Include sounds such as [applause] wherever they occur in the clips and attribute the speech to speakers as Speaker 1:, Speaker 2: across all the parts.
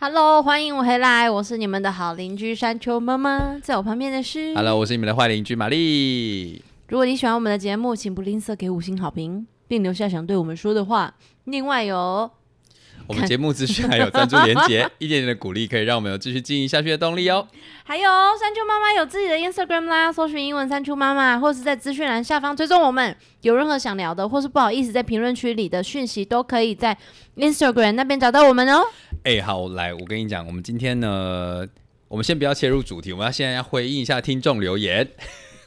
Speaker 1: Hello，欢迎回来，我是你们的好邻居山丘妈妈，在我旁边的是。
Speaker 2: Hello，我是你们的坏邻居玛丽。
Speaker 1: 如果你喜欢我们的节目，请不吝啬给五星好评，并留下想对我们说的话。另外有，
Speaker 2: 我们节目资讯还有赞助连
Speaker 1: [laughs]
Speaker 2: 结，一点点的鼓励可以让我们有继续经营下去的动力哦。
Speaker 1: 还有山丘妈妈有自己的 Instagram 啦，搜寻英文山丘妈妈，或是在资讯栏下方追踪我们。有任何想聊的，或是不好意思在评论区里的讯息，都可以在 Instagram 那边找到我们哦。
Speaker 2: 哎、好，来，我跟你讲，我们今天呢，我们先不要切入主题，我们要现在要回应一下听众留言。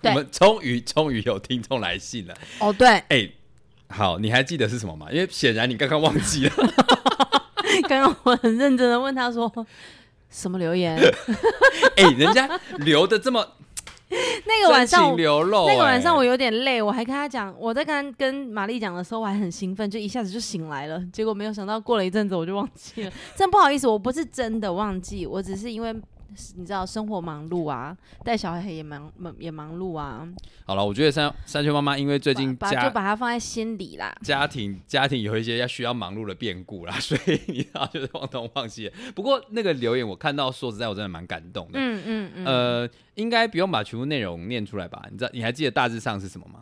Speaker 1: 对
Speaker 2: 我们终于终于有听众来信了。
Speaker 1: 哦， [laughs] 对，
Speaker 2: 哎、好，你还记得是什么吗？因为显然你刚刚忘
Speaker 1: [laughs]
Speaker 2: 记了。
Speaker 1: 刚刚我很认真的问他说什么留言，
Speaker 2: 哎、人家留的这么
Speaker 1: 那个晚
Speaker 2: 真
Speaker 1: 上
Speaker 2: 情
Speaker 1: 我
Speaker 2: 流露、
Speaker 1: 那个晚上
Speaker 2: 哎
Speaker 1: 我有点累，我还跟他讲，我在跟他跟玛丽讲的时候，我还很兴奋，就一下子就醒来了。结果没有想到，过了一阵子我就忘记
Speaker 2: [laughs]
Speaker 1: 了，真不好意思，我不是真的忘记，我只是因为你知道生活忙碌啊，带小孩也忙忙也忙碌啊，
Speaker 2: 好了，我觉得山山丘妈妈因为最近
Speaker 1: 把
Speaker 2: 家
Speaker 1: 把就把它放在心里啦。
Speaker 2: 家庭家庭有一些要需要忙碌的变故啦，所以你知道就是忘东忘西。不过那个留言我看到，说实在我真的蛮感动的。
Speaker 1: 嗯嗯嗯，
Speaker 2: 呃，应该不用把全部内容念出来吧？你知道你还记得大致上是什么
Speaker 1: 嗯
Speaker 2: 吗？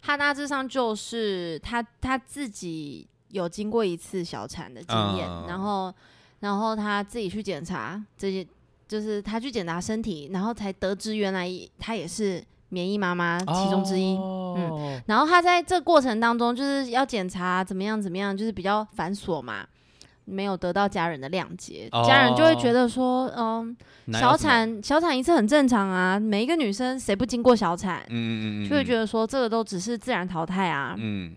Speaker 1: 他大致上就是他他自己有经过一次小产的经验，
Speaker 2: 嗯
Speaker 1: 然后然后他自己去检查这些，就是他去检查身体，然后才得知原来他也是免疫妈妈其中之一。
Speaker 2: 嗯，
Speaker 1: 然后他在这过程当中就是要检查怎么样怎么样，就是比较繁琐嘛。没有得到家人的谅解，
Speaker 2: 哦
Speaker 1: 家人就会觉得说，嗯，
Speaker 2: 哪有
Speaker 1: 小
Speaker 2: 什么，
Speaker 1: 产小产一次很正常啊，每一个女生谁不经过小产？
Speaker 2: 嗯嗯嗯，
Speaker 1: 就会觉
Speaker 2: 得，
Speaker 1: 得说这个都只是自然淘汰啊。
Speaker 2: 嗯，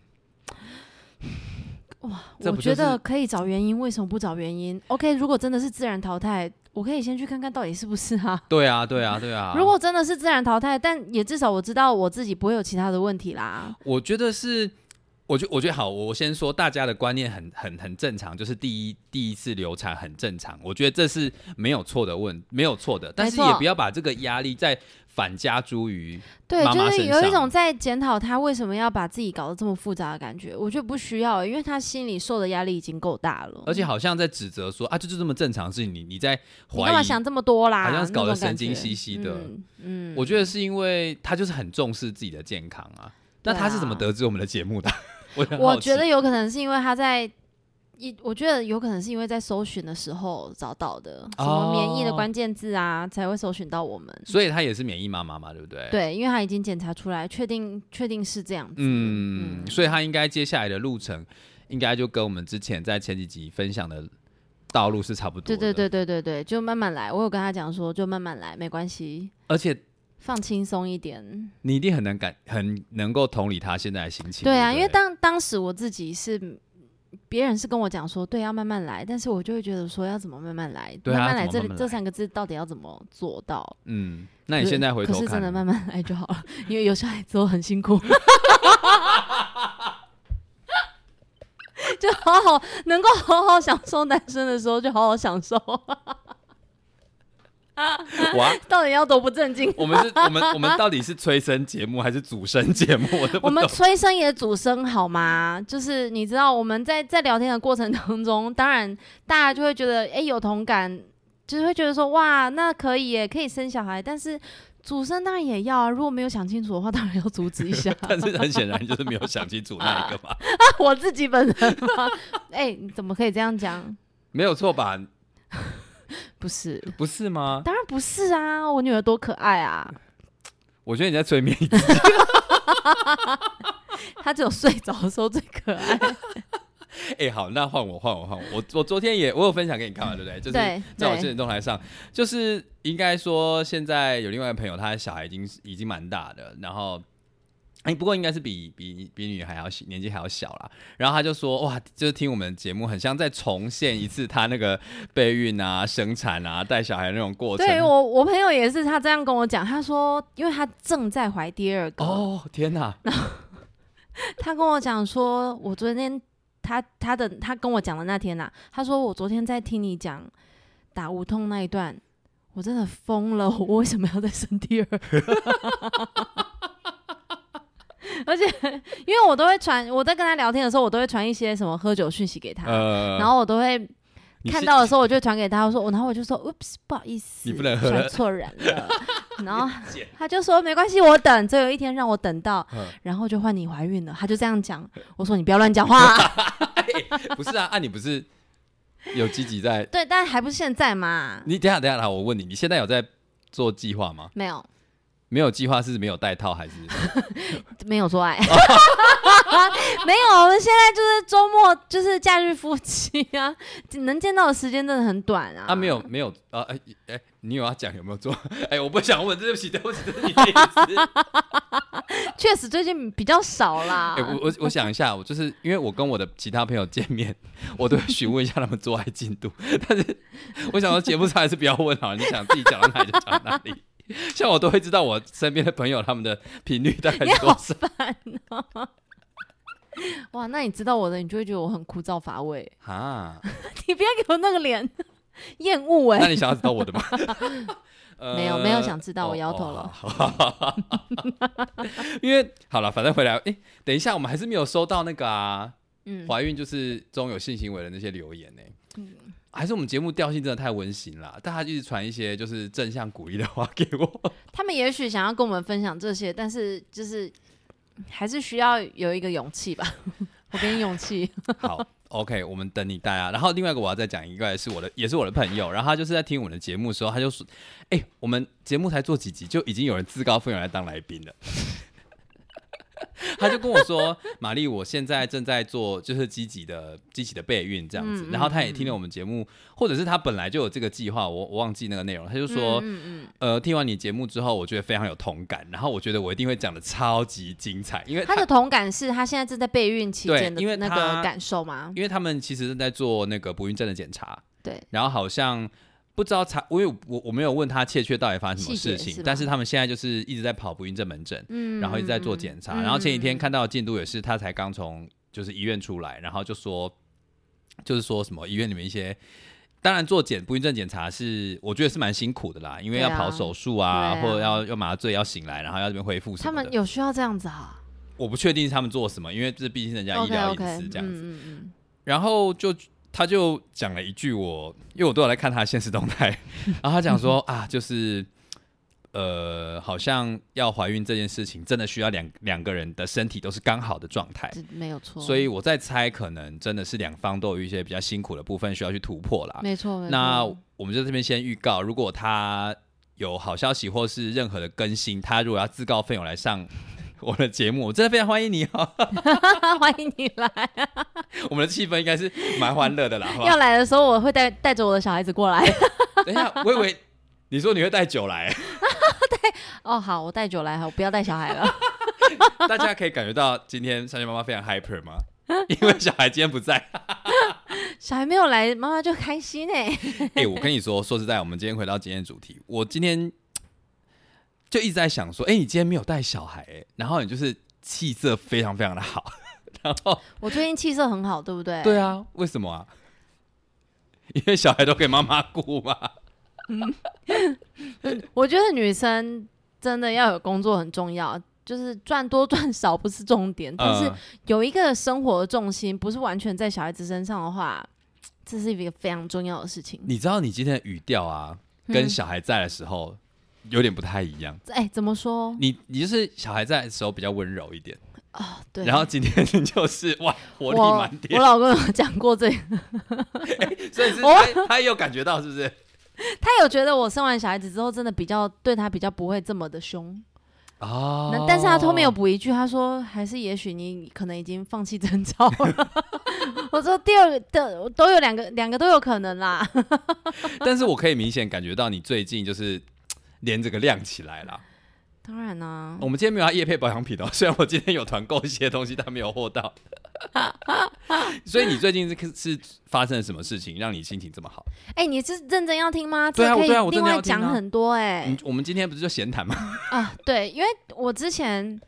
Speaker 2: 这
Speaker 1: 我
Speaker 2: 不
Speaker 1: 觉
Speaker 2: 就是
Speaker 1: 得可以找原因，为什么不找原因？OK，如果真的是自然淘汰，我可以先去看看到底是不是啊。
Speaker 2: 对啊，对啊，对啊。
Speaker 1: 如果真的是自然淘汰，但也至少我知道我自己不会有其他的问题啦。
Speaker 2: 我觉得是，我觉我觉得好，我先说大家的观念很很很正常，就是第一第一次流产很正常，我觉得这是没有错的问，没有错的，但是
Speaker 1: 没错
Speaker 2: 也不要把这个压力再反加诸于
Speaker 1: 对，
Speaker 2: 妈妈
Speaker 1: 就是
Speaker 2: 身
Speaker 1: 有一
Speaker 2: 上
Speaker 1: 种在检讨他为什么要把自己搞得这么复杂的感觉，我觉得不需要、欸因为他心里受的压力已经够大了。
Speaker 2: 而且好像在指责说啊，这就这么正常的事情，你你在
Speaker 1: 你干
Speaker 2: 怀
Speaker 1: 嘛
Speaker 2: 疑。
Speaker 1: 想这么多啦？
Speaker 2: 好像是搞
Speaker 1: 那
Speaker 2: 得
Speaker 1: 种感
Speaker 2: 神经
Speaker 1: 觉
Speaker 2: 兮兮的
Speaker 1: 嗯嗯
Speaker 2: 我觉得是因为他就是很重视自己的健康啊。
Speaker 1: 对
Speaker 2: 那他是怎
Speaker 1: 啊
Speaker 2: 么得知我们的节目的？ [laughs] 我很好
Speaker 1: 我
Speaker 2: 奇
Speaker 1: 觉得有可能是因为他在一，我觉得有可能是因为在搜寻的时候找到的什么免疫的
Speaker 2: 哦
Speaker 1: 关键字啊，才会搜寻到我们。
Speaker 2: 所以他也是免疫妈妈嘛，对不对？。
Speaker 1: 对，因为他已经检查出来，确定确定是这样子。
Speaker 2: 嗯，所以他应该接下来的路程，应该就跟我们之前在前几集分享的道路是差不多
Speaker 1: 对
Speaker 2: 的。
Speaker 1: 对对对对对，就慢慢来。我有跟他讲说，就慢慢来，没关系，
Speaker 2: 而且
Speaker 1: 放轻松一点。
Speaker 2: 你一定很能感，很能够同理他现在的心情。
Speaker 1: 对啊，
Speaker 2: 不
Speaker 1: 因为当当时我自己是。别人是跟我讲说，对，要慢慢来，但是我就会觉得说，要怎么慢慢来？
Speaker 2: 对啊
Speaker 1: 慢慢
Speaker 2: 要
Speaker 1: 来
Speaker 2: 怎么
Speaker 1: 这
Speaker 2: 慢慢
Speaker 1: 这
Speaker 2: 来
Speaker 1: 三个字到底要怎么做到？
Speaker 2: 嗯，那你现在回
Speaker 1: 可
Speaker 2: 头
Speaker 1: 是真的
Speaker 2: 看，
Speaker 1: 慢慢来就好了，因为有小孩之后很辛苦。 [laughs] 就好好能够好好享受男生的时候，就好好享受。
Speaker 2: 哇，
Speaker 1: 到底要多不正经？
Speaker 2: 我们是，我们我们到底是催生节目还是主生节目？我都不
Speaker 1: 我们
Speaker 2: 懂。
Speaker 1: 催生也主生好吗？就是你知道我们在在聊天的过程当中，当然大家就会觉得哎、诶有同感，就是会觉得说哇那可以耶，可以生小孩，但是主生当然也要啊。如果没有想清楚的话，当然要阻止一下。
Speaker 2: [laughs] 但是很显然就是没有想清楚那
Speaker 1: [laughs]
Speaker 2: 一个吧，
Speaker 1: 我自己本人吗？ [laughs] 哎、你怎么可以这样讲？
Speaker 2: 没有错吧？
Speaker 1: 不是，
Speaker 2: 不是吗？
Speaker 1: 当然不是啊！我女儿多可爱啊，
Speaker 2: 我觉得你在催眠。
Speaker 1: 她只有睡着的时候最可爱。
Speaker 2: 哎、好，那换我，换我，换我。我我昨天也我有分享给你看嘛，对不对？就是
Speaker 1: 对
Speaker 2: 在我
Speaker 1: 对
Speaker 2: 现实动态上，就是应该说现在有另外一个朋友，他的小孩已经已经蛮大的，然后。哎、不过应该是比比比女孩还要小年纪还要小啦。然后他就说，哇，就是听我们节目，很像在重现一次他那个备孕啊、生产啊、带小孩那种过程。
Speaker 1: 对我，我朋友也是，他这样跟我讲，他说，因为他正在怀第二个，
Speaker 2: 哦，
Speaker 1: [laughs]
Speaker 2: 天哪！
Speaker 1: 他跟我讲说，我昨天他他的他跟我讲的那天呐、他说我昨天在听你讲打无痛那一段，我真的疯了，我为什么要再生第二个？ [laughs] 而且，因为我都会传，我在跟他聊天的时候，我都会传一些什么喝酒讯息给他，
Speaker 2: 呃，
Speaker 1: 然后我都会
Speaker 2: 你是
Speaker 1: 看到的时候，我就传给他，我说我，然后我就说，oops，不好意思，
Speaker 2: 你不能喝了
Speaker 1: 传错人
Speaker 2: [laughs]
Speaker 1: 了。然后他就说没关系，我等，总有一天让我等到，
Speaker 2: 嗯
Speaker 1: 然后就换你怀孕了。他就这样讲，我说你不要乱讲话。啊
Speaker 2: [laughs] 不是啊，啊你不是有积极在？
Speaker 1: 对，但还不是现在
Speaker 2: [laughs]
Speaker 1: 嘛，
Speaker 2: 你等一下等一下啦，我问你，你现在有在做计划吗？
Speaker 1: 没有
Speaker 2: 没有计划是没有带
Speaker 1: [laughs]
Speaker 2: 套还是？
Speaker 1: 没有做爱， [laughs] 没有。我们现在就是周末，就是假日夫妻啊，能见到的时间真的很短啊。
Speaker 2: 啊，没有没有啊，哎、哎、你有要讲有没有做？ [laughs] 哎、我不想问，对不起对不起，这是
Speaker 1: [laughs]
Speaker 2: 你的意思。
Speaker 1: 确实最近比较少啦
Speaker 2: 哎、。我我我想一下，我就是因为我跟我的其他朋友见面，我都会询问一下他们做爱进度， [laughs] 但是我想说节目上还是不要问啊好了，你想自己讲到哪里就讲到哪里。 [laughs] 像我都会知道我身边的朋友他们的频率大概
Speaker 1: 你
Speaker 2: 是多
Speaker 1: 好
Speaker 2: [laughs] 少，
Speaker 1: 烦哦！ [laughs] 哇，那你知道我的，你就会觉得我很枯燥乏味。
Speaker 2: 啊？
Speaker 1: 你不要给我那个脸， [laughs] 厌恶
Speaker 2: 那
Speaker 1: 哎！
Speaker 2: 你想要知道我的吗？ [laughs] 呃
Speaker 1: [laughs] 没有没有想知道我摇头了。
Speaker 2: 哦哦好好因为好了，反正回来，哎、等一下，我们还是没有收到那个啊，
Speaker 1: 嗯，
Speaker 2: 怀孕就是中有性行为的那些留言呢、还是我们节目调性真的太温馨啦，大家一直传一些就是正向鼓励的话给我。
Speaker 1: 他们也许想要跟我们分享这些，但是就是还是需要有一个勇气吧。 [laughs] 我给你勇
Speaker 2: [laughs]
Speaker 1: 气。 [laughs]
Speaker 2: 好，OK，我们等你带啊。然后另外一个我要再讲一个是我的，也是我的朋友，然后他就是在听我们的节目的时候，他就说：“哎、我们节目才做几集，就已经有人自告奋勇来当来
Speaker 1: [laughs]
Speaker 2: 宾了。”他就跟我说：“玛丽，我现在正在做就是积极的积极的备孕这样子。
Speaker 1: 嗯嗯
Speaker 2: 然后他也听了我们节目，或者是他本来就有这个计划，我我忘记那个内容。他就说：“
Speaker 1: 嗯嗯
Speaker 2: 呃，听完你节目之后，我觉得非常有同感，然后我觉得我一定会讲的超级精彩，因为
Speaker 1: 嗯，他的同感是他现在正在备孕期间
Speaker 2: 对因为
Speaker 1: 的那
Speaker 2: 他
Speaker 1: 个感受吗？
Speaker 2: 因为他们其实正在做那个不孕症的检查，
Speaker 1: 对，
Speaker 2: 然后好像不知道查，因为我我没有问他切确到底发生什么事
Speaker 1: 细节
Speaker 2: 情，
Speaker 1: 是吧
Speaker 2: 但是他们现在就是一直在跑不孕症门诊，
Speaker 1: 嗯
Speaker 2: 然后一直在做检查，
Speaker 1: 嗯
Speaker 2: 然后前几天看到的进度也是他才刚从就是医院出来，然后就说就是说什么医院里面一些。当然，做检不孕症检查是我觉得是蛮辛苦的啦，因为
Speaker 1: 对
Speaker 2: 要
Speaker 1: 啊
Speaker 2: 跑手术啊，
Speaker 1: 对啊
Speaker 2: 或者要要麻醉，要醒来，然后要这边恢复什
Speaker 1: 他
Speaker 2: 么
Speaker 1: 们
Speaker 2: 的。
Speaker 1: 有需要这样子啊
Speaker 2: 我不确定他们做什么，因为这毕竟人家医
Speaker 1: ？OK
Speaker 2: 疗隐
Speaker 1: OK，
Speaker 2: 私这样子。
Speaker 1: 嗯嗯
Speaker 2: 然后就他就讲了一句我，因为我都有来看他的现实动
Speaker 1: [laughs]
Speaker 2: 态，然后他讲说啊，就是呃，好像要怀孕这件事情，真的需要两两个人的身体都是刚好的状态
Speaker 1: 嗯，。这没有错，
Speaker 2: 所以我在猜，可能真的是两方都有一些比较辛苦的部分需要去突破啦。
Speaker 1: 没错没错。
Speaker 2: 那我们就这边先预告，如果他有好消息或是任何的更新，他如果要自告奋勇来上我的节目，我真的非常欢迎你哦。
Speaker 1: [laughs] 欢迎你来。
Speaker 2: 我们的气氛应该是蛮欢乐的啦，好不好
Speaker 1: 要？来的时候，我会带带着我的小孩子过来。 [laughs]
Speaker 2: 等一下，我以为你说你会带酒来， [laughs]
Speaker 1: 哦，好，我带酒来，好，我不要带小孩了。
Speaker 2: 大家可以感觉到今天山雀妈妈非常 hyper 吗？ [laughs] 因为小孩今天
Speaker 1: [laughs]
Speaker 2: 不在。
Speaker 1: 小孩没有来，妈妈就开心哎、
Speaker 2: 哎、我跟你说，说实在，我们今天回到今天的主题，我今天就一直在想说，哎、你今天没有带小孩、哎，然后你就是气色非常非常的好，然后
Speaker 1: [laughs] 我最近气色很好，对不对？
Speaker 2: 对啊，为什么啊？因为小孩都给妈妈顾嘛。
Speaker 1: 我觉得女生真的要有工作很重要，就是赚多赚少不是重点，但是
Speaker 2: 嗯
Speaker 1: 有一个生活的重心不是完全在小孩子身上的话，这是一个非常重要的事情。
Speaker 2: 你知道你今天的语调啊，
Speaker 1: 嗯
Speaker 2: 跟小孩在的时候有点不太一样。
Speaker 1: 哎、怎么说？
Speaker 2: 你你就是小孩在的时候比较温柔一点。
Speaker 1: 哦，对。
Speaker 2: 然后今天就是哇，活
Speaker 1: 我
Speaker 2: 力满
Speaker 1: 我
Speaker 2: 点，
Speaker 1: 老公有讲过这个， [laughs]
Speaker 2: 所以是
Speaker 1: 我
Speaker 2: 他他也有感觉到是不是？
Speaker 1: 他有觉得我生完小孩子之后，真的比较对他比较不会这么的凶。
Speaker 2: 哦
Speaker 1: 那但是他后面有啊补一句，他说还是也许你可能已经放弃征兆 [laughs] 了。我说第二个的都有两个，两个都有可能啦。
Speaker 2: 但是我可以明显感觉到你最近就是。连这个亮起来啦。
Speaker 1: [laughs] 当然啦、
Speaker 2: 我们今天没有要夜配保养品哦， [laughs] 虽然我今天有团购一些东西，但没有货
Speaker 1: [laughs]
Speaker 2: 到。所以你最近是是发生了什么事情，让你心情这么好？
Speaker 1: 哎、你是认真要听吗？
Speaker 2: 对啊
Speaker 1: 这可以
Speaker 2: 对啊我真
Speaker 1: 另
Speaker 2: 的要
Speaker 1: 外讲
Speaker 2: 听啊
Speaker 1: 很多哎、
Speaker 2: 你我们今天不是就闲谈吗？
Speaker 1: 啊，对，因为我之前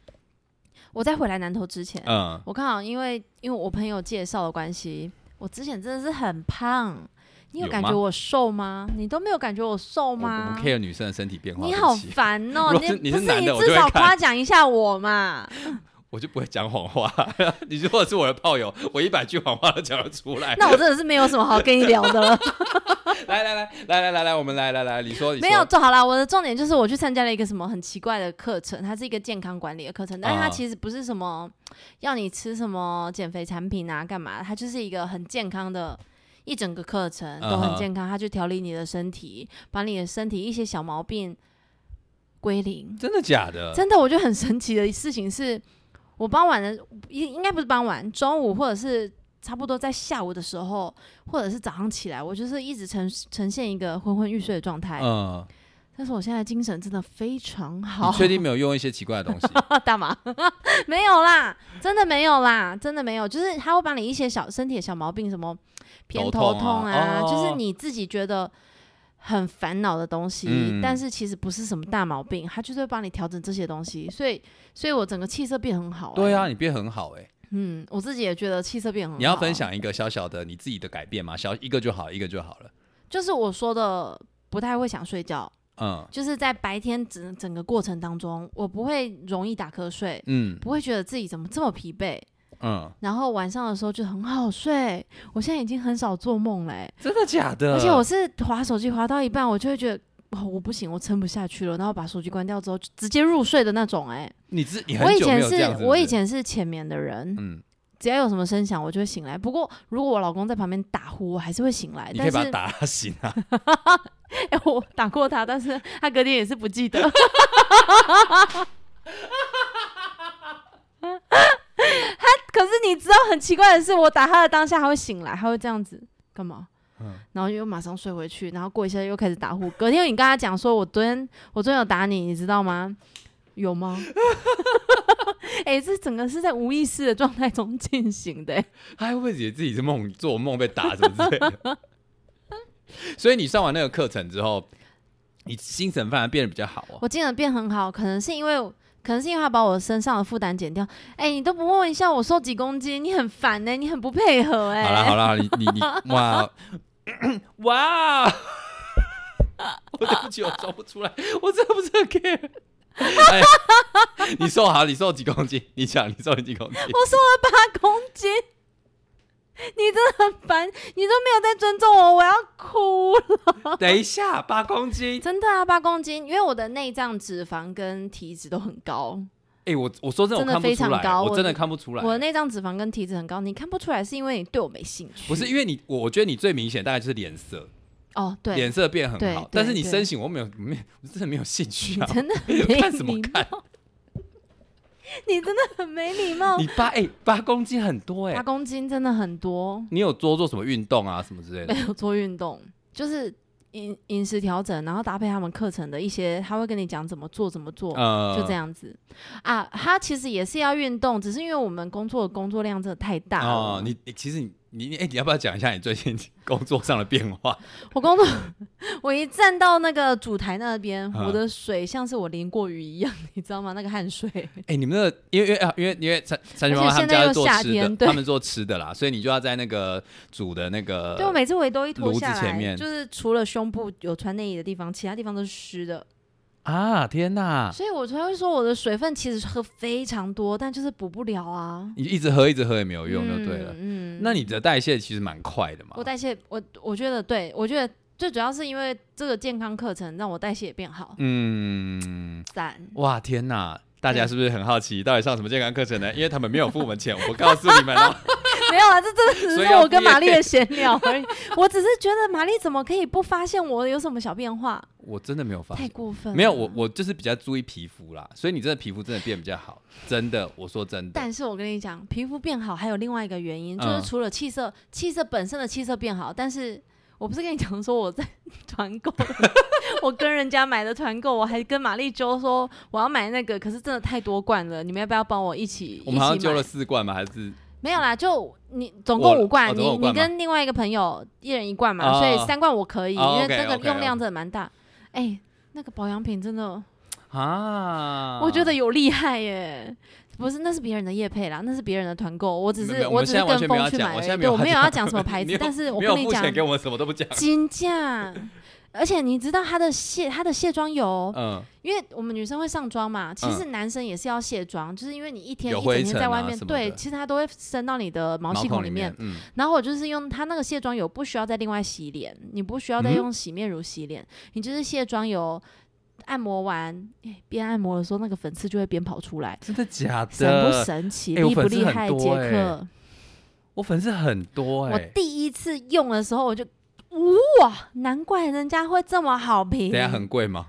Speaker 1: 我在回来南投之前，
Speaker 2: 嗯，
Speaker 1: 我刚好因为因为我朋友介绍的关系，我之前真的是很胖。你有
Speaker 2: 有
Speaker 1: 感
Speaker 2: 吗哦
Speaker 1: 觉我瘦吗？你都没有感觉我瘦
Speaker 2: 我我们
Speaker 1: 吗？
Speaker 2: care 女生的身体变化。
Speaker 1: 你
Speaker 2: 对不
Speaker 1: 好
Speaker 2: 起
Speaker 1: 烦哦、
Speaker 2: 如果是
Speaker 1: 你
Speaker 2: 你
Speaker 1: 不
Speaker 2: 是男
Speaker 1: 你
Speaker 2: 的我
Speaker 1: 至
Speaker 2: 就会
Speaker 1: 少
Speaker 2: 看 [laughs]
Speaker 1: 夸奖一下我嘛？
Speaker 2: 我就不会讲谎话。 [laughs] 你如果是我的炮友，我一百句谎话都讲得出来。
Speaker 1: 那我真的是没有什么好跟你聊的
Speaker 2: [laughs]
Speaker 1: 了。
Speaker 2: 来来来来来来来，我们来来来，你说你说
Speaker 1: 没有，做好啦。我的重点就是我去参加了一个什么很奇怪的课程，它是一个健康管理的课程，但是它
Speaker 2: 啊
Speaker 1: 其实不是什么要你吃什么减肥产品啊，干嘛的？它就是一个很健康的。一整个课程都
Speaker 2: 嗯
Speaker 1: 很
Speaker 2: 哼
Speaker 1: 健康，它去调理你的身体，把你的身体一些小毛病归零。
Speaker 2: 真的假的？
Speaker 1: 真的，我觉得很神奇的事情是，我傍晚的应应该不是傍晚，中午或者是差不多在下午的时候，或者是早上起来，我就是一直呈呈现一个昏昏欲睡的状态。
Speaker 2: 嗯，
Speaker 1: 但是我现在精神真的非常好
Speaker 2: 你。确定没有用一些奇怪
Speaker 1: [laughs]
Speaker 2: 的东西？
Speaker 1: 大麻没有啦，真的没有啦，真的没有。就是他会把你一些小身体的小毛病，什么偏头
Speaker 2: 头
Speaker 1: 痛
Speaker 2: 痛啊
Speaker 1: 啊，
Speaker 2: 哦
Speaker 1: 就是你自己觉得很烦恼的东西，
Speaker 2: 嗯
Speaker 1: 但是其实不是什么大毛病，他就是会帮你调整这些东西。所以，所以我整个气色变很好、欸
Speaker 2: 对啊，，你变很好哎、
Speaker 1: 嗯，我自己也觉得气色变很好。
Speaker 2: 你要分，享一个小小的你自己的改变吗？小一个就好，一个就好了。
Speaker 1: 就是我说的不太会想睡觉，
Speaker 2: 嗯
Speaker 1: 就是在白天整整个过程当中，我不会容易打瞌睡，
Speaker 2: 嗯
Speaker 1: 不会觉得自己怎么这么疲惫。
Speaker 2: 嗯，
Speaker 1: 然后晚上的时候就很好睡，我现在已经很少做梦了欸、
Speaker 2: 真的假的？
Speaker 1: 而且我是滑手机滑到一半，我就会觉得。哦，我不行，我撑不下去了，然后把手机关掉之后，就直接入睡的那种、欸。
Speaker 2: 你自你
Speaker 1: 我
Speaker 2: 很
Speaker 1: 以
Speaker 2: 久没
Speaker 1: 前
Speaker 2: 有这样子是不是
Speaker 1: 我以前是浅眠的人，
Speaker 2: 嗯，
Speaker 1: 只要有什么声响，我就会醒来。不过如果我老公在旁边打呼，我还是会醒来。
Speaker 2: 你可
Speaker 1: 但
Speaker 2: 以
Speaker 1: 是
Speaker 2: 把他打醒
Speaker 1: [laughs]
Speaker 2: 啊。
Speaker 1: 哎、我打过他，但是他隔天也是不记得。 [laughs] 他可是你知道很奇怪的是，我打他的当下，他会醒来，他会这样子干嘛？
Speaker 2: 嗯
Speaker 1: 然后又马上睡回去，然后过一下又开始打呼。隔天你跟他讲说，我昨天我昨天有打你，你知道吗？有吗？ [laughs] 哎、这整个是在无意识的状态中进行的、
Speaker 2: 他会不会以为自己是梦做梦被打什么之类的？ [laughs] 所以你上完那个课程之后，你精神反而变得比较好啊。
Speaker 1: 我精神变很好，可能是因为，可能是因为他把我身上的负担减掉。哎、你都不问我一下我瘦几公斤，你很烦呢、你很不配合哎、
Speaker 2: 好啦好啦，你你
Speaker 1: [laughs] [coughs]
Speaker 2: 你哇哇！ [laughs] 我对不起，我装不出
Speaker 1: [laughs]
Speaker 2: 来，我真的不是很 care。哎，你瘦好，你瘦几公斤？ [laughs] 你讲，你瘦几公
Speaker 1: [laughs]
Speaker 2: 斤？
Speaker 1: 我瘦了八公斤，你真的很烦，你都没有在尊重我，我要哭了。
Speaker 2: 等一下，八公斤。
Speaker 1: 真的啊，八公斤，因为我的内脏脂肪跟体脂都很高，
Speaker 2: 哎、我我说真的，
Speaker 1: 真的
Speaker 2: 我看不
Speaker 1: 非
Speaker 2: 出
Speaker 1: 常高
Speaker 2: 来，我真的
Speaker 1: 我
Speaker 2: 看不出
Speaker 1: 我的
Speaker 2: 来。
Speaker 1: 内脏脂肪跟体脂很高，你看不出来是因为你对我没兴趣。
Speaker 2: 不是因为你，我我觉得你最明显大概就是脸色，
Speaker 1: 哦，对
Speaker 2: 脸，色变很
Speaker 1: 对
Speaker 2: 好
Speaker 1: 对，
Speaker 2: 但是你
Speaker 1: 对
Speaker 2: 身形我没有没有，我真的没有兴趣
Speaker 1: 你 [laughs]
Speaker 2: 啊。 [laughs]
Speaker 1: 真的很没
Speaker 2: 看什么
Speaker 1: 礼貌，
Speaker 2: 看？
Speaker 1: 你真的很没礼貌。
Speaker 2: 你八哎、八公斤很多哎、
Speaker 1: 八公斤真的很多，
Speaker 2: 你有多做什么运动啊什么之类的
Speaker 1: 没？有做运动，就是饮饮食调整，然后搭配他们课程的一些，他会跟你讲怎么做怎么做，
Speaker 2: 呃，
Speaker 1: 就这样子啊。他其实也是要运动，只是因为我们工作的工作量真的太大了。
Speaker 2: 哦，你你其实你你你哎、你要不要讲一下你最近 [laughs] 工作上的变化？
Speaker 1: 我工作， [laughs] 我一站到那个主台那边，
Speaker 2: 嗯
Speaker 1: 我的水像是我淋过雨一样，你知道吗？那个汗水。
Speaker 2: 哎、你们那个因为因为啊因为因为三三全妈妈
Speaker 1: 而且
Speaker 2: 他
Speaker 1: 现
Speaker 2: 们
Speaker 1: 在
Speaker 2: 家
Speaker 1: 又
Speaker 2: 是做
Speaker 1: 夏
Speaker 2: 吃
Speaker 1: 天
Speaker 2: 的，
Speaker 1: 对
Speaker 2: 他们做吃的啦，所以你就要在那个煮的那个
Speaker 1: 对我每次围都一脱
Speaker 2: 呃炉子
Speaker 1: 下来，
Speaker 2: 前面
Speaker 1: 就是除了胸部有穿内衣的地方，其他地方都是湿的。
Speaker 2: 啊天哪！
Speaker 1: 所以我才会说我的水分其实喝非常多，但就是补不了啊。
Speaker 2: 你一直喝一直喝也没有用，就对了。
Speaker 1: 嗯，嗯
Speaker 2: 那你的代谢其实蛮快的嘛
Speaker 1: 我。代谢，我我觉得对，我觉得最主要是因为这个健康课程让我代谢也变好。
Speaker 2: 嗯，
Speaker 1: 赞、 [laughs]
Speaker 2: 哇天哪！大家
Speaker 1: 对
Speaker 2: 是不是很好奇到底上什么健康课程呢？因为他们没有付我们钱，我不告诉你
Speaker 1: [laughs]
Speaker 2: 们哦。
Speaker 1: 没有啊，这真的只
Speaker 2: 所以
Speaker 1: 是
Speaker 2: 要
Speaker 1: 我跟
Speaker 2: 毕业
Speaker 1: 玛丽的闲聊而已。我只是觉得玛丽怎么可以不发现我有什么小变化？
Speaker 2: 我真的没有发
Speaker 1: 太
Speaker 2: 现，
Speaker 1: 过分了。
Speaker 2: 没有我，我就是比较注意皮肤啦，所以你真的皮肤真的变比较好，真的，我说真的。
Speaker 1: 但是我跟你讲，皮肤变好还有另外一个原因，就是
Speaker 2: 嗯
Speaker 1: 除了气色，气色本身的气色变好，但是我不是跟你讲说我在 [laughs] 团购，我跟人家买的团购，我还跟玛丽揪说我要买那个，可是真的太多罐了，你们要不要帮我一起？
Speaker 2: 我们好像
Speaker 1: 一起买
Speaker 2: 揪了四罐嘛，还是
Speaker 1: 没有啦，就你总
Speaker 2: 我
Speaker 1: 共五罐，
Speaker 2: 哦总
Speaker 1: 你
Speaker 2: 共五
Speaker 1: 你
Speaker 2: 罐吗
Speaker 1: 跟另外一个朋友一人一罐嘛，
Speaker 2: 哦
Speaker 1: 所以三罐我可以，因
Speaker 2: 哦
Speaker 1: 为
Speaker 2: OK，
Speaker 1: 这个
Speaker 2: OK，
Speaker 1: 用量真的蛮大。哎、那个保养品真的，
Speaker 2: 啊？
Speaker 1: 我觉得有厉害耶。不是，那是别人的业配啦，那是别人的团购，我只
Speaker 2: 没有没
Speaker 1: 是
Speaker 2: 有我
Speaker 1: 我
Speaker 2: 们
Speaker 1: 只
Speaker 2: 现
Speaker 1: 是
Speaker 2: 在完
Speaker 1: 跟
Speaker 2: 全没
Speaker 1: 风
Speaker 2: 有要
Speaker 1: 去
Speaker 2: 讲
Speaker 1: 买
Speaker 2: 我
Speaker 1: 而
Speaker 2: 现在
Speaker 1: 已。
Speaker 2: 没
Speaker 1: 对，
Speaker 2: 有 [laughs]
Speaker 1: 我没有
Speaker 2: 要
Speaker 1: 要
Speaker 2: 讲
Speaker 1: 讲什么牌子
Speaker 2: 没，有
Speaker 1: 但是我
Speaker 2: 没
Speaker 1: 跟
Speaker 2: 有
Speaker 1: 你
Speaker 2: 付
Speaker 1: 讲
Speaker 2: [laughs] 钱，给我们什么都不讲。
Speaker 1: 金价，而且你知道他的卸他的卸妆油，
Speaker 2: 嗯，
Speaker 1: 因为我们女生会上妆嘛，其实男生也是要卸妆，就是因为你一天
Speaker 2: 有
Speaker 1: 一整
Speaker 2: 灰
Speaker 1: 天
Speaker 2: 尘
Speaker 1: 在外
Speaker 2: 啊
Speaker 1: 面，
Speaker 2: 什么
Speaker 1: 对，
Speaker 2: 的
Speaker 1: 其实它都会伸到你的毛
Speaker 2: 毛
Speaker 1: 细
Speaker 2: 孔
Speaker 1: 孔里面
Speaker 2: 面。，嗯，
Speaker 1: 然后我就是用它那个卸妆油，不需要再另外洗脸，你不需要再
Speaker 2: 嗯
Speaker 1: 用洗面乳洗脸，你就是卸妆油按摩完，哎边按摩的时候那个粉刺就会边跑出来，
Speaker 2: 真的假的？
Speaker 1: 神不神奇，
Speaker 2: 哎我
Speaker 1: 厉不
Speaker 2: 粉刺
Speaker 1: 厉
Speaker 2: 很
Speaker 1: 害，
Speaker 2: 多
Speaker 1: 杰
Speaker 2: 哎
Speaker 1: 克？
Speaker 2: 我粉丝很多哎、
Speaker 1: 我第一次用的时候我就。哇，难怪人家会这么好评。
Speaker 2: 等一下很贵吗？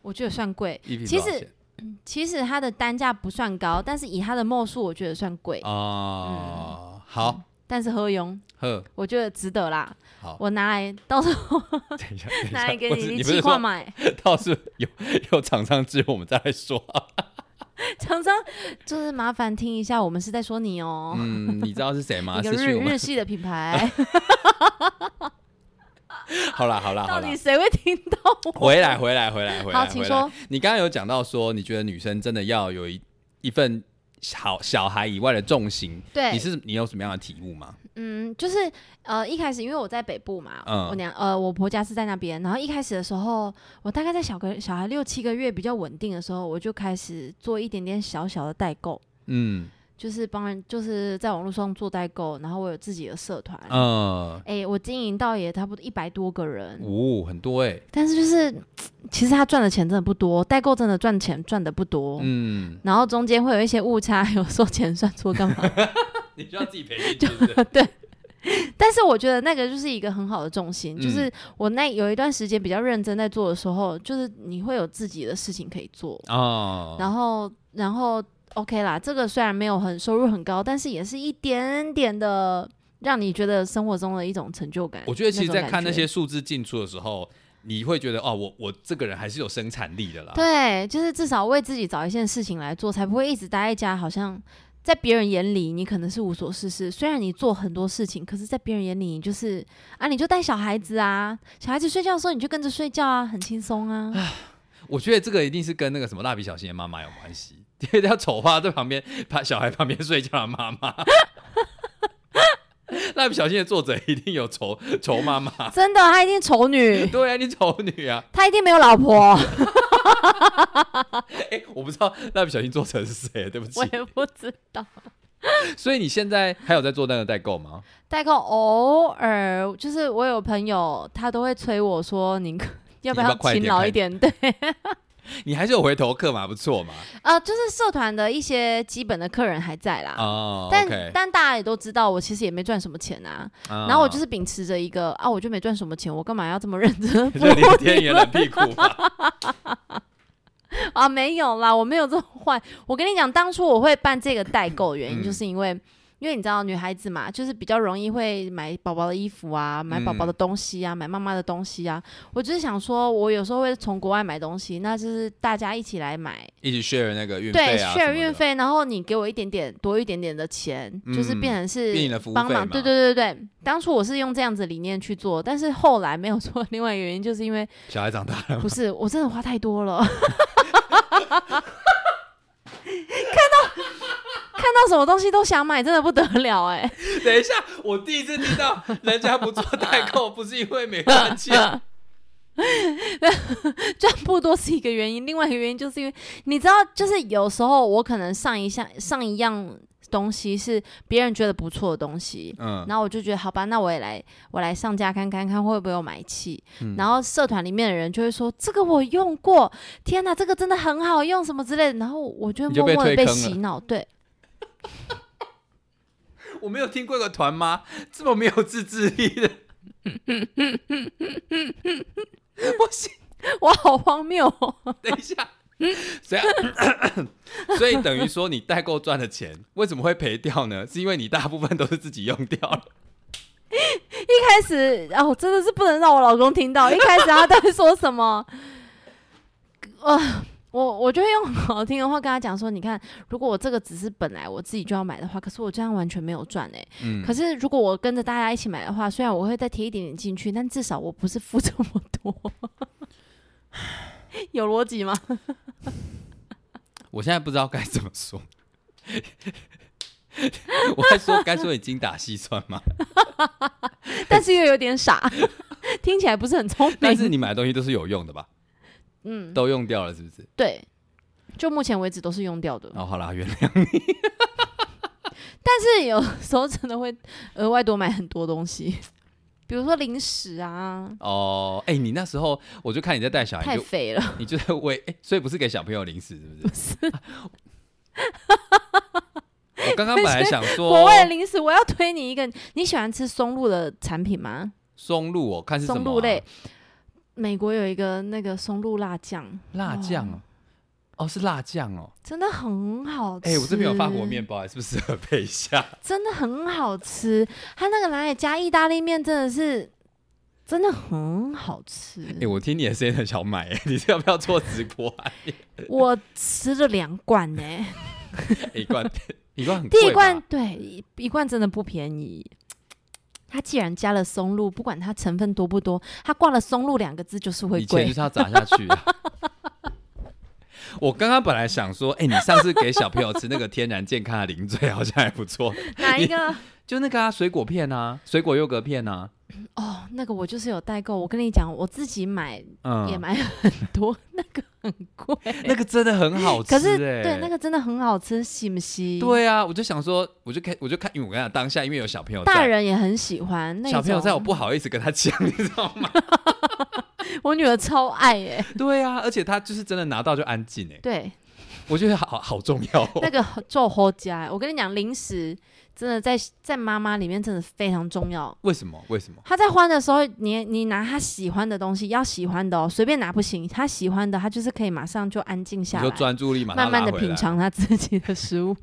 Speaker 1: 我觉得算贵。
Speaker 2: 一瓶
Speaker 1: 其
Speaker 2: 多少
Speaker 1: 实
Speaker 2: 钱
Speaker 1: 其实它的单价不算高，但是以它的墨数，我觉得算贵。嗯
Speaker 2: 哦，好
Speaker 1: 但是喝用，
Speaker 2: 喝
Speaker 1: 我觉得值得啦。
Speaker 2: 好，
Speaker 1: 我拿来到时候
Speaker 2: 等一下，等一
Speaker 1: 拿
Speaker 2: 下
Speaker 1: 来给
Speaker 2: 我
Speaker 1: 你，
Speaker 2: 只
Speaker 1: 你
Speaker 2: 你不
Speaker 1: 计
Speaker 2: 是
Speaker 1: 划
Speaker 2: 说
Speaker 1: 买。
Speaker 2: 到时候有有厂商之后我们再来说
Speaker 1: 哦
Speaker 2: 啊。
Speaker 1: [laughs] 厂商就是麻烦听一下，我们是在说你哦，
Speaker 2: 嗯，你知道是谁吗？
Speaker 1: [laughs] 一个
Speaker 2: 是
Speaker 1: 日
Speaker 2: 去我们
Speaker 1: 日系的品牌，
Speaker 2: 好 [laughs] 啦好啦好
Speaker 1: 到
Speaker 2: 啦
Speaker 1: 底，谁会听到我？
Speaker 2: 回来回来回来回来，
Speaker 1: 好请
Speaker 2: 回来
Speaker 1: 说。
Speaker 2: 你刚刚有讲到说，你觉得女生真的要有一一份小小孩以外的重心，你
Speaker 1: 对，
Speaker 2: 是你有什么样的体悟吗？
Speaker 1: 嗯，就是呃，一开始因为我在北部嘛，
Speaker 2: 嗯
Speaker 1: 我娘呃，我婆家是在那边，然后一开始的时候，我大概在小个小孩六七个月比较稳定的时候，我就开始做一点点小小的代购。
Speaker 2: 嗯
Speaker 1: 就是帮人，就是在网络上做代购，然后我有自己的社团，哎、
Speaker 2: 呃，
Speaker 1: 我经营到也差不多一百多个人，
Speaker 2: 哦，很多哎，
Speaker 1: 但是就是其实他赚的钱真的不多，代购真的赚钱赚的不多，
Speaker 2: 嗯，
Speaker 1: 然后中间会有一些误差，有时候钱算错干嘛？
Speaker 2: [laughs] 你需要自己培训，是不
Speaker 1: [laughs]
Speaker 2: 是？
Speaker 1: 但是我觉得那个就是一个很好的重心，
Speaker 2: 嗯
Speaker 1: 就是我那有一段时间比较认真在做的时候，就是你会有自己的事情可以做，
Speaker 2: [laughs] 哦，
Speaker 1: 然后然后 OK 啦，这个虽然没有很收入很高，但是也是一点点的让你觉得生活中的一种成就感。
Speaker 2: 我觉得其实，
Speaker 1: 种
Speaker 2: 在
Speaker 1: 感
Speaker 2: 看那
Speaker 1: 觉
Speaker 2: 些数字进出的时候，你会觉得哦，我我这个人还是有生产力的
Speaker 1: 啊
Speaker 2: 啦。
Speaker 1: 对，就是至少为自己找一件事情来做，才不会一直待在家，好像。在别人眼里，你可能是无所事事。虽然你做很多事情，可是，在别人眼里，你就是啊，你就带小孩子啊，小孩子睡觉的时候，你就跟着睡觉啊，很轻松啊。
Speaker 2: 我觉得这个一定是跟那个什么蜡笔小新的妈妈有关系， [laughs] 因为她丑化在旁边把小孩旁边睡觉的妈 [laughs] 妈。蜡笔小新的作者一定有丑丑妈妈，
Speaker 1: [laughs] 真的，她一定丑女，
Speaker 2: [laughs] 对啊，你丑女啊！ [laughs]
Speaker 1: 她一定没有老婆。
Speaker 2: 哎、我不知道蜡笔小新作者是谁，对不
Speaker 1: [laughs]
Speaker 2: 起
Speaker 1: 我。也不知道。 [laughs]
Speaker 2: 所以你现在还有在做那个代购吗？
Speaker 1: 代购偶尔就是我有朋友，他都会催我说：“你 [laughs] 要不
Speaker 2: 你要不要
Speaker 1: 要
Speaker 2: 快一
Speaker 1: 勤
Speaker 2: 点
Speaker 1: 劳
Speaker 2: 开
Speaker 1: 一点？”对， [laughs]
Speaker 2: 你还是有回头客嘛，不错嘛。
Speaker 1: 呃，就是社团的一些基本的客人还在啦。
Speaker 2: 哦
Speaker 1: 但、
Speaker 2: ，OK。哦
Speaker 1: 但大家也都知道，我其实也没赚什么钱啊。
Speaker 2: 然
Speaker 1: 然后我就是秉持着一个啊，我就没赚什么钱，我干嘛要这么认
Speaker 2: [laughs]
Speaker 1: 真服
Speaker 2: 热
Speaker 1: 务
Speaker 2: 脸贴也冷屁股
Speaker 1: [laughs]
Speaker 2: 嘛。
Speaker 1: 啊？没有啦，我没有这么坏。我跟你讲，当初我会办这个代购的原因，
Speaker 2: 嗯
Speaker 1: 就是因为、因为你知道，女孩子嘛，就是比较容易会买宝宝的衣服啊，买宝宝
Speaker 2: 嗯
Speaker 1: 的东西啊，买妈妈的东西啊。我只是想说，我有时候会从国外买东西，那就是大家一起来买，
Speaker 2: 一起 share 那个运
Speaker 1: 对
Speaker 2: 费啊
Speaker 1: ，share
Speaker 2: 什么的
Speaker 1: 运费，然后你给我一点点多一点点的钱，就是
Speaker 2: 嗯
Speaker 1: 变成
Speaker 2: 变你
Speaker 1: 是
Speaker 2: 的服务
Speaker 1: 帮
Speaker 2: 费
Speaker 1: 忙。
Speaker 2: 嘛
Speaker 1: 对对对对，当初我是用这样子理念去做，但是后来没有做。 [laughs] 另外一个原因就是因
Speaker 2: [laughs]
Speaker 1: 为
Speaker 2: 小孩长大了，
Speaker 1: 不是我真的花太多了，看到 [laughs] 看到什么东西都想买，真的不得了哎、
Speaker 2: 等一下，我第一次听到人家不做代购，不是因啊为没赚钱，
Speaker 1: [laughs] 赚不多是一个原因，另外一个原因就是因为你知道，就是有时候我可能上一项上一样东西是别人觉得不错的东西，
Speaker 2: 嗯，
Speaker 1: 然后我就觉得好吧，那我也来，我来上架看看看会不会有买气。
Speaker 2: 嗯
Speaker 1: 然后社团里面的人就会说这个我用过，天哪，这个真的很好用什么之类的。然后我就
Speaker 2: 你就
Speaker 1: 默
Speaker 2: 被
Speaker 1: 默的
Speaker 2: 推
Speaker 1: 被
Speaker 2: 坑
Speaker 1: 洗脑，对， [laughs]
Speaker 2: 我没有听过一个团妈这么没有自制力的，不行，
Speaker 1: 哇，好荒谬、哦。
Speaker 2: [laughs] 等一下，所以 [coughs] 所以等于说你代购赚的钱为什么会赔掉呢？是因为你大部分都是自己用掉了，
Speaker 1: 一开始哦，真的是不能让我老公听到。一开始他在说什么？ [laughs] 呃，我我就会用很好听的话跟他讲说，你看，如果我这个只是本来我自己就要买的话，可是我这样完全没有赚哎、
Speaker 2: 嗯
Speaker 1: 可是如果我跟着大家一起买的话，虽然我会再贴一点点进去，但至少我不是付这么多。 [laughs] 有逻辑吗？
Speaker 2: [laughs] 我现在不知道该怎么说。 [laughs] 我在说该说你精打细算吗？
Speaker 1: 但是又有点傻， [laughs] 听起来不是很聪
Speaker 2: 但是
Speaker 1: 明。
Speaker 2: 你买的东西都是有用的吧？
Speaker 1: 嗯，
Speaker 2: 都用掉了是不是？
Speaker 1: 对，就目前为止都是用掉的，
Speaker 2: 哦，好啦，原谅。
Speaker 1: 但是有时候真的会额外多买很多东西，比如说零食啊，
Speaker 2: 哦，哎、你那时候我就看你在带小孩，
Speaker 1: 太
Speaker 2: 哎你就
Speaker 1: 肥了，
Speaker 2: 你就在喂、哎所以不是给小朋友零食是不是？
Speaker 1: [laughs]
Speaker 2: 我刚刚本来想说
Speaker 1: 国外的零食，我要推你一个，你喜欢吃松露的产品吗？
Speaker 2: 松露哦，看是什么、
Speaker 1: 松
Speaker 2: 啊、
Speaker 1: 露类，美国有一个那个松露辣酱，
Speaker 2: 辣酱哦，哦是辣酱哦。
Speaker 1: 真的很好吃。
Speaker 2: 哎、我这边有法国面包，哎是不是适合配
Speaker 1: [laughs]
Speaker 2: 一下？
Speaker 1: 真的很好吃。它那个拿来加意大利面，真的是真的很好吃。
Speaker 2: 哎、我听你的声音很想买、哎 [laughs] 你是要不要做直 [laughs] 播啊？
Speaker 1: 我吃了两罐呢、
Speaker 2: [laughs] 一罐一罐很贵
Speaker 1: 第
Speaker 2: 吧
Speaker 1: 一罐对一一罐真的不便宜。它既然加了松露，不管它成分多不多，它挂了松露两个字就是会
Speaker 2: 以前就
Speaker 1: 贵。
Speaker 2: 是要砸下去、
Speaker 1: [laughs]
Speaker 2: 啊。我刚刚本来想说，哎、你上次给小朋友吃那个天然健康的零嘴，好像还不错，
Speaker 1: [laughs] 哪一
Speaker 2: [laughs]
Speaker 1: 个？
Speaker 2: 就那个啊，水果片啊，水果优格片啊，
Speaker 1: 哦，那个我就是有代购。我跟你讲，我自己买也
Speaker 2: 嗯，
Speaker 1: 买很多，那个很贵。
Speaker 2: [laughs] 那个真的很好吃、
Speaker 1: 可
Speaker 2: 哎，
Speaker 1: 是对那个真的很好吃，喜不喜？，
Speaker 2: 对啊，我就想说，我就看，我就看，因为我跟你讲，当下因为有小朋友哦在，
Speaker 1: 大人也很喜欢。那
Speaker 2: 小朋友在我
Speaker 1: 种
Speaker 2: 不好意思跟他讲， [laughs] 你知道吗？
Speaker 1: [laughs] 我女儿超爱耶、
Speaker 2: [laughs] 对啊，而且他就是真的拿到就安静哎，
Speaker 1: 对，
Speaker 2: 我觉得好好重要、哦。
Speaker 1: 那个做后家，我跟你讲，零食真的在在妈妈里面真的非常重要。
Speaker 2: 为什么？为什么？
Speaker 1: 她在欢的时候，你你拿她喜欢的东西，要喜欢的哦，随便拿不行。她喜欢的，她就是可以马上就安静
Speaker 2: 你
Speaker 1: 下
Speaker 2: 说
Speaker 1: 来，
Speaker 2: 专注力嘛，
Speaker 1: 慢慢的品尝她自己的食
Speaker 2: [laughs]
Speaker 1: 物。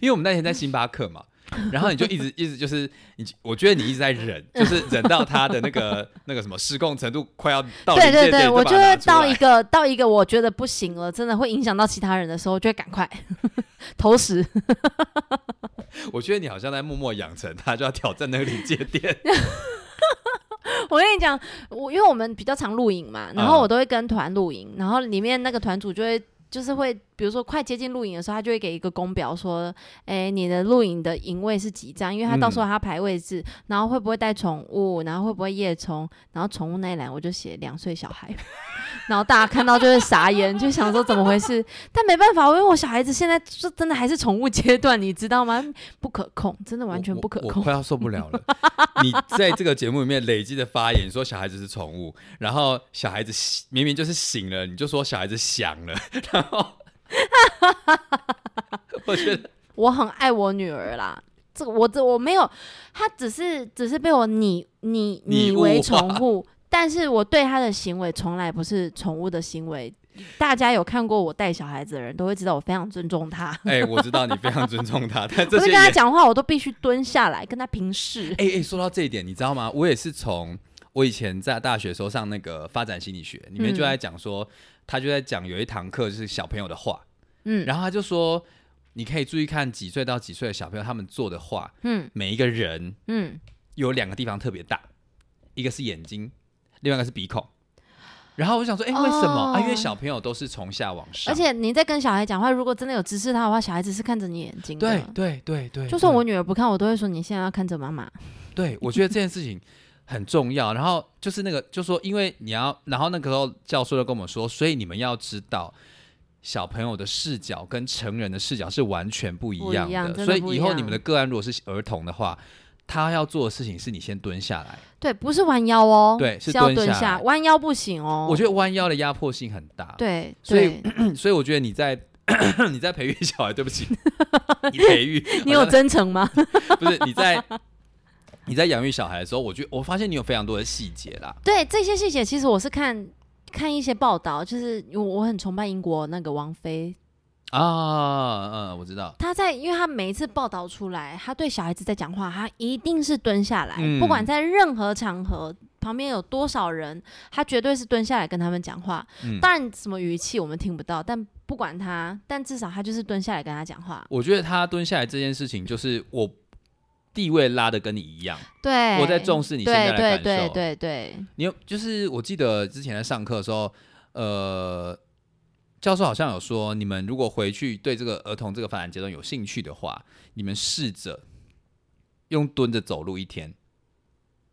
Speaker 2: 因为我们那天在星巴
Speaker 1: [laughs]
Speaker 2: 克嘛，然后你就一直一直就是你，我觉得你一直在忍，就是忍到他的
Speaker 1: [laughs]
Speaker 2: 那个那个什么失控程度快要到临
Speaker 1: 对
Speaker 2: 界点
Speaker 1: 对对，
Speaker 2: 就
Speaker 1: 我
Speaker 2: 把
Speaker 1: 就
Speaker 2: 它拿
Speaker 1: 会
Speaker 2: 出
Speaker 1: 到
Speaker 2: 来
Speaker 1: 一个到一个我觉得不行了，真的会影响到其他人的时候，我就会赶快 [laughs] 投食。
Speaker 2: 我觉得你好像在默默养成他就要挑战那个临界点，
Speaker 1: [laughs] 我跟你讲，我因为我们比较常露营
Speaker 2: 啊
Speaker 1: 嘛，然后我都会跟团露营，然后里面那个团主就会。就是会，比如说快接近露营的时候，他就会给一个公表说，哎、你的露营的营位是几张？因为他到时候
Speaker 2: 嗯
Speaker 1: 他排位置，然后会不会带宠物，然后会不会夜冲，然后宠物那一栏我就写两岁小孩， [laughs] 然后大家看到就会傻眼，就想说怎么回
Speaker 2: [laughs]
Speaker 1: 事？但没办法，因为我小孩子现在就真的还是宠物阶段，你知道吗？不可控，真的完全
Speaker 2: 我
Speaker 1: 不可
Speaker 2: 我
Speaker 1: 控
Speaker 2: 我。快要受
Speaker 1: [laughs]
Speaker 2: 不了了。你在这个节目里面累积的发言，你说小孩子是宠物，然后小孩子醒明明就是醒了，你就说小孩子想了，然
Speaker 1: [laughs]
Speaker 2: 后我觉得
Speaker 1: 我很爱我女儿啦。这个我这我没有，她只是只是被我拟拟
Speaker 2: 拟
Speaker 1: 拟
Speaker 2: 物
Speaker 1: 为
Speaker 2: 化
Speaker 1: 宠物，但是我对她的行为从来不是宠物的行为。大家有看过我带小孩子的人都会知道我非常尊重她。
Speaker 2: 哎、我知道你非常尊重他，但
Speaker 1: 我
Speaker 2: 这
Speaker 1: 是
Speaker 2: 些
Speaker 1: 跟
Speaker 2: 也
Speaker 1: 她讲话，我都必须蹲下来跟她平视。
Speaker 2: [laughs] 哎、哎、说到这一点，你知道吗？我也是从我以前在大学时候上那个发展心理学，里
Speaker 1: 嗯
Speaker 2: 面就在讲说，他就在讲有一堂课就是小朋友的话，
Speaker 1: 嗯
Speaker 2: 然后他就说，你可以注意看几岁到几岁的小朋友他们做的话，
Speaker 1: 嗯
Speaker 2: 每一个人
Speaker 1: 嗯，
Speaker 2: 有两个地方特别大，一个是眼睛，另外一个是鼻孔。然后我就想说，哎、为什么、啊？因为
Speaker 1: 哦
Speaker 2: 小朋友都是啊从下往上，
Speaker 1: 而且你在跟小孩讲话，如果真的有直视他的话，小孩子是看着你眼睛的。
Speaker 2: 对对对对，
Speaker 1: 就算
Speaker 2: 对
Speaker 1: 我女儿不看，我都会说你现在要看着妈妈。
Speaker 2: 对，我觉得这件事情很重要。然后就是那个，就说因为你要，然后那个时候教授就跟我们说，所以你们要知道。小朋友的视角跟成人的视角是完全不一样
Speaker 1: 不一样真的
Speaker 2: 所以
Speaker 1: 不一
Speaker 2: 以后
Speaker 1: 样
Speaker 2: 你们的个案如果是儿童的话，他要做的事情是你先蹲下来。
Speaker 1: 对，不是弯腰哦，
Speaker 2: 对是
Speaker 1: 要
Speaker 2: 蹲
Speaker 1: 蹲
Speaker 2: 下来
Speaker 1: 弯腰不行哦。
Speaker 2: 我觉得弯腰的压迫性很大，
Speaker 1: 对，
Speaker 2: 所以
Speaker 1: 对
Speaker 2: 嗯所以我觉得你在 [clears throat] 你在培育小孩，
Speaker 1: [laughs]
Speaker 2: 对不起，你培育，
Speaker 1: 你
Speaker 2: 好
Speaker 1: 有
Speaker 2: 像
Speaker 1: 真诚吗？
Speaker 2: 不是你在你在养育小孩的时候，我觉得我发现你有非常多的细节啦，
Speaker 1: 对这些细节，其实我是看看一些报道，就是我我很崇拜英国那个王菲，
Speaker 2: 啊，嗯，我知道，
Speaker 1: 她在，因为她每一次报道出来，她对小孩子在讲话，她一定是蹲下来，
Speaker 2: 嗯
Speaker 1: 不管在任何场合。旁边有多少人，她绝对是蹲下来跟他们讲话。
Speaker 2: 嗯
Speaker 1: 当然，什么语气我们听不到，但不管她，但至少她就是蹲下来跟他讲话。
Speaker 2: 我觉得他蹲下来这件事情，就是我地位拉的跟你一样，
Speaker 1: 对，
Speaker 2: 我在重视你现在
Speaker 1: 对
Speaker 2: 的
Speaker 1: 对
Speaker 2: 感受。
Speaker 1: 哎对对对，
Speaker 2: 你有就是我记得之前在上课的时候，呃，教授好像有说，你们如果回去对这个儿童这个发展阶段有兴趣的话，你们试着用蹲着走路一天。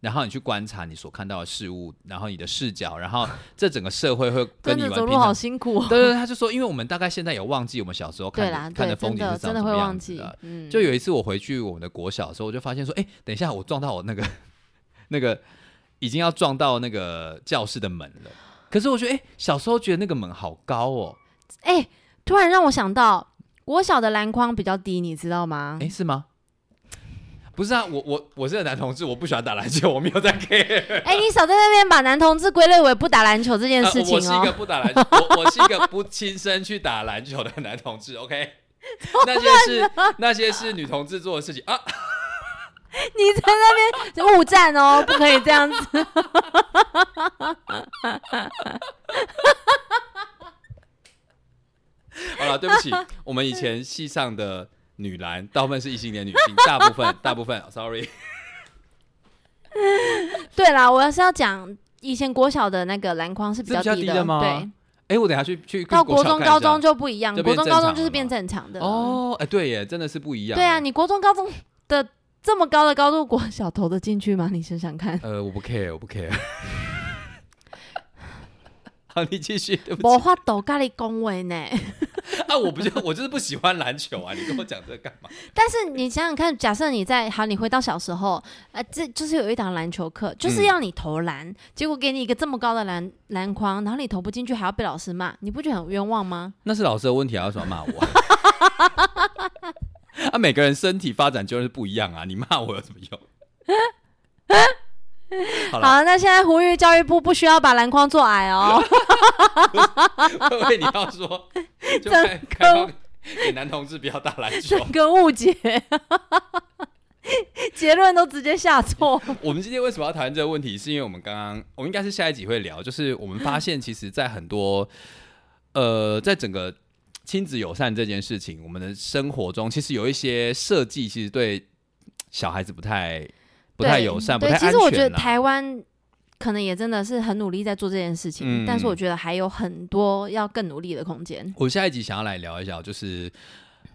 Speaker 2: 然后你去观察你所看到的事物，然后你的视角，然后这整个社会会
Speaker 1: 跟
Speaker 2: 跟你
Speaker 1: 着
Speaker 2: 们
Speaker 1: 走
Speaker 2: 平
Speaker 1: 路好
Speaker 2: 常。
Speaker 1: 辛苦、哦。
Speaker 2: [laughs] 对对，对他就说，因为我们大概现在也忘记我们小时候看
Speaker 1: 对
Speaker 2: 的
Speaker 1: 啦，
Speaker 2: 看
Speaker 1: 对，
Speaker 2: 风
Speaker 1: 真
Speaker 2: 景
Speaker 1: 的
Speaker 2: 是
Speaker 1: 真
Speaker 2: 长什
Speaker 1: 的会
Speaker 2: 么样
Speaker 1: 忘
Speaker 2: 子
Speaker 1: 记
Speaker 2: 的。。
Speaker 1: 嗯，
Speaker 2: 就有一次我回去我们的国小的时候，我就发现说，哎、等一下我撞到我那个那个已经要撞到那个教室的门了。可是我觉得，哎、小时候觉得那个门好高哦，
Speaker 1: 哎、突然让我想到，国小的篮筐比较低，你知道吗？
Speaker 2: 哎、是吗？不是啊，我我我是个男同志，我不喜欢打篮球，我没有在 care。
Speaker 1: 哎、你少在那边把男同志归类为不打篮球这件
Speaker 2: 呃
Speaker 1: 事情
Speaker 2: 我是
Speaker 1: 哦
Speaker 2: 一。个不打篮球，我我是一个不亲身去打篮球的男同志。OK，
Speaker 1: [laughs]
Speaker 2: 那些是那些是女同志做的事情啊。
Speaker 1: [laughs] 你在那边误战哦，不可以这样子。
Speaker 2: [laughs] 好了，对 [laughs] 不起，我们以前系上的女篮大部分是异性恋女性， [laughs] 大部分大部分，sorry， [laughs]
Speaker 1: 对啦，我要是要讲以前国小的那个篮筐是比较
Speaker 2: 是比较低
Speaker 1: 的，
Speaker 2: 的吗
Speaker 1: 对，
Speaker 2: 哎、我等一下去去
Speaker 1: 到
Speaker 2: 国
Speaker 1: 国
Speaker 2: 小
Speaker 1: 中、
Speaker 2: 看一下
Speaker 1: 高中就不一样，
Speaker 2: 就
Speaker 1: 国
Speaker 2: 变
Speaker 1: 中、
Speaker 2: 正常
Speaker 1: 高
Speaker 2: 了
Speaker 1: 中就是变正常的了。
Speaker 2: 哦，哎、对耶，真的是不一样。
Speaker 1: 对啊，，你国中、高中的这么高的高度，国小投得进去吗？你想想看，
Speaker 2: 呃，我不 care，我不 care。好，你继续，对不
Speaker 1: 无
Speaker 2: 起
Speaker 1: 法度咖喱恭维呢。
Speaker 2: 啊，我不就 [laughs] 我就是不喜欢篮球啊，你跟我讲这个干嘛？
Speaker 1: 但是你想想看，假设你在好，你回到小时候，呃，这就是有一堂篮球课，就是
Speaker 2: 嗯
Speaker 1: 要你投篮，结果给你一个这么高的篮篮筐，然后你投不进去，还要被老师骂，你不觉得很冤枉吗？
Speaker 2: 那是老师的问题啊，为什么要骂我？ [laughs] 啊，每个人身体发展就是不一样啊，你骂我有什么用？ [laughs] 好啦
Speaker 1: 好，那现在呼吁教育部不需要把篮筐做矮
Speaker 2: [laughs]
Speaker 1: 哦。
Speaker 2: 会不会你要说，就开开放给男同志不要打篮球？
Speaker 1: 跟误解，结论都直接下错。
Speaker 2: 我们今天为什么要谈这个问题？是因为我们刚刚，我们应该是下一集会聊，就是我们发现，其实，在很多，
Speaker 1: [laughs]
Speaker 2: 呃，在整个亲子友善这件事情，我们的生活中，其实有一些设计，其实对小孩子不太 [laughs] 不太友善，不
Speaker 1: 对
Speaker 2: 太，安
Speaker 1: 其
Speaker 2: 全、啊。
Speaker 1: 实我觉得台湾可能也真的是很努力在做这件事情，
Speaker 2: 嗯
Speaker 1: 但是我觉得还有很多要更努力的空间。
Speaker 2: 我下一集想要来聊一下，就是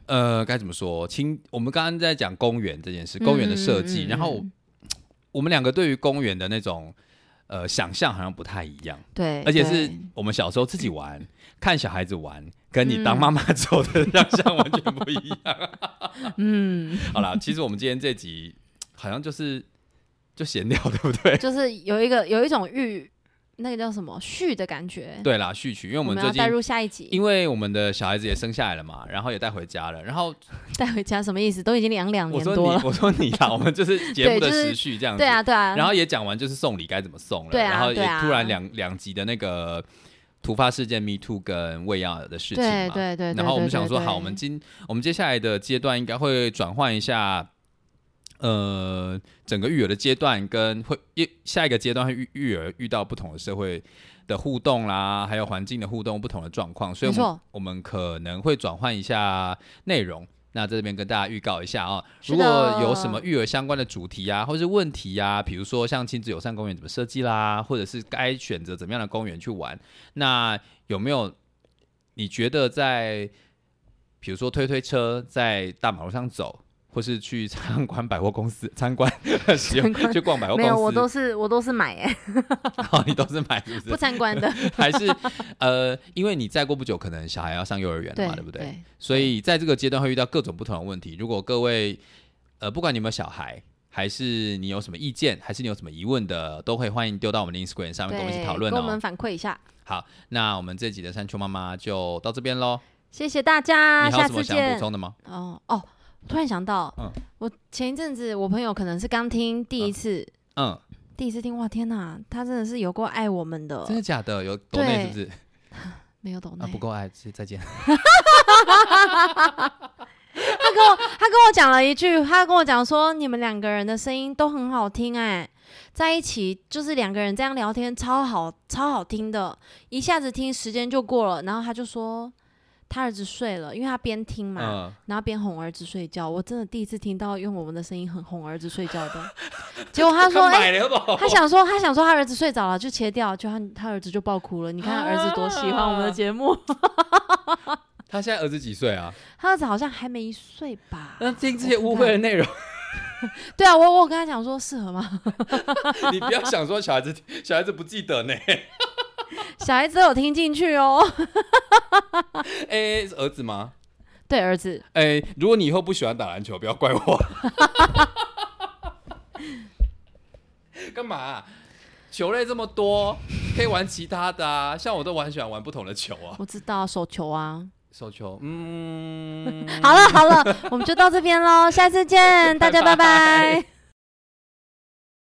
Speaker 2: 呃，该怎么说？亲，我们刚刚在讲公园这件事，公园的设
Speaker 1: 嗯
Speaker 2: 计，
Speaker 1: 嗯嗯
Speaker 2: 然后我们两个对于公园的那种呃想象好像不太一样，
Speaker 1: 对，
Speaker 2: 而且是
Speaker 1: 哎对
Speaker 2: 我们小时候自
Speaker 1: [laughs]
Speaker 2: 己玩，看小孩子玩，跟你当妈妈之后的想象完全不一样。 [laughs]
Speaker 1: 嗯，
Speaker 2: 好啦，其实我们今天这集好像就是就闲聊，对不
Speaker 1: [laughs]
Speaker 2: 对？
Speaker 1: 就是有一个有一种欲，那个叫什么续的感觉。
Speaker 2: 对啦，序曲，因为我
Speaker 1: 我
Speaker 2: 们最
Speaker 1: 要
Speaker 2: 近
Speaker 1: 带。入下一集，
Speaker 2: 因为我们的小孩子也生下来了嘛，然后也带回家了，然后
Speaker 1: 带回家什么意思？都已经两两
Speaker 2: 我
Speaker 1: 年
Speaker 2: 说
Speaker 1: 多了
Speaker 2: [laughs] 你，。我说你
Speaker 1: [laughs]
Speaker 2: 啦，我们就是节目的
Speaker 1: 对就是
Speaker 2: 时序这样子。
Speaker 1: 对啊，对啊。
Speaker 2: 然后也讲完就是送礼该怎么送了，
Speaker 1: 对啊
Speaker 2: 然后也
Speaker 1: 对啊
Speaker 2: 突然两两集的那个突发事件 Me Too 跟胃药的事情嘛。
Speaker 1: 对对对对
Speaker 2: 然后我们想说，
Speaker 1: 对对对
Speaker 2: 好，我们今我们接下来的阶段应该会转换一下，呃，整个育儿的阶段跟会一下一个阶段会育育儿遇到不同的社会的互动啦，还有环境的互动不同的状况，所以我
Speaker 1: 没
Speaker 2: 们
Speaker 1: 错
Speaker 2: 我们可能会转换一下内容。那在这边跟大家预告一下啊、
Speaker 1: 是
Speaker 2: 如
Speaker 1: 的
Speaker 2: 果有什么育儿相关的主题啊，或是问题啊，比如说像亲子友善公园怎么设计啦，或者是该选择怎么样的公园去玩，那有没有你觉得在比如说推推车在大马路上走，或是去参观百货公司 [laughs] 参观呃使用去逛百货
Speaker 1: 没有，我
Speaker 2: 公
Speaker 1: 都
Speaker 2: [laughs] 司，
Speaker 1: 是我都是买哎，
Speaker 2: 好，你都是买是不
Speaker 1: 不
Speaker 2: 是？
Speaker 1: 参观的。
Speaker 2: 还是呃，因为你再过不久可能小孩要上幼儿园了嘛，对不
Speaker 1: 对？
Speaker 2: 所以在这个阶段会遇到各种不同的问题。如果各位呃，不管你有没有小孩，还是你有什么意见，还是你有什么疑问的，都可以欢迎丢到我们的 Instagram 上面跟我们一起讨论
Speaker 1: 跟我们
Speaker 2: 哦。
Speaker 1: 反馈一下。
Speaker 2: 好，那我们这集的山丘妈妈就到这边喽。
Speaker 1: 谢谢大家，
Speaker 2: 你还
Speaker 1: 啊
Speaker 2: 有
Speaker 1: 下
Speaker 2: 什么
Speaker 1: 次
Speaker 2: 想补
Speaker 1: 见。
Speaker 2: 充的吗？
Speaker 1: 哦哦，突然想到，
Speaker 2: 嗯
Speaker 1: 我前一阵子我朋友可能是刚听第一次，
Speaker 2: 嗯，
Speaker 1: 第一次听，哇天哪，他真的是有够爱我们的
Speaker 2: 真，的假的？有抖内是不是？
Speaker 1: 没有懂内、
Speaker 2: 啊，不够爱，再再见。
Speaker 1: 他跟我他跟我讲了一句，他跟我讲说你们两个人的声音都很好听哎、在一起就是两个人这样聊天超好超好听的，一下子听时间就过了，然后他就说。他儿子睡了，因为他边听嘛，
Speaker 2: 嗯，
Speaker 1: 然后边哄儿子睡觉。我真的第一次听到用我们的声音很哄儿子睡觉的。结果他
Speaker 2: [laughs]
Speaker 1: 说：“哎、
Speaker 2: 买了哦吧
Speaker 1: 他想说，他想说他儿子睡着了就切掉，就他他儿子就爆哭了。你看他儿子多喜欢我们的节目， [laughs]
Speaker 2: 他现在儿子几岁啊？
Speaker 1: 他儿子好像还没一岁吧？ [laughs]
Speaker 2: 那听这些污秽的内容，
Speaker 1: 对啊，我我跟他讲说适合吗？
Speaker 2: 你不要想说小孩子小孩子不记得呢，
Speaker 1: 小孩子有听进去哦。
Speaker 2: [laughs] 哎、是儿子吗？
Speaker 1: [laughs] 对儿子，
Speaker 2: 哎、如果你以后不喜欢打篮球，不要怪我。 [laughs] 干嘛啊、球类这么多，可以玩其他的啊。像我都玩喜欢玩不同的球啊，
Speaker 1: 我知道手球啊。
Speaker 2: 手球，嗯，
Speaker 1: 好了好了，我们就到这边喽，下次见，大家拜
Speaker 2: 拜
Speaker 1: 拜
Speaker 2: 拜。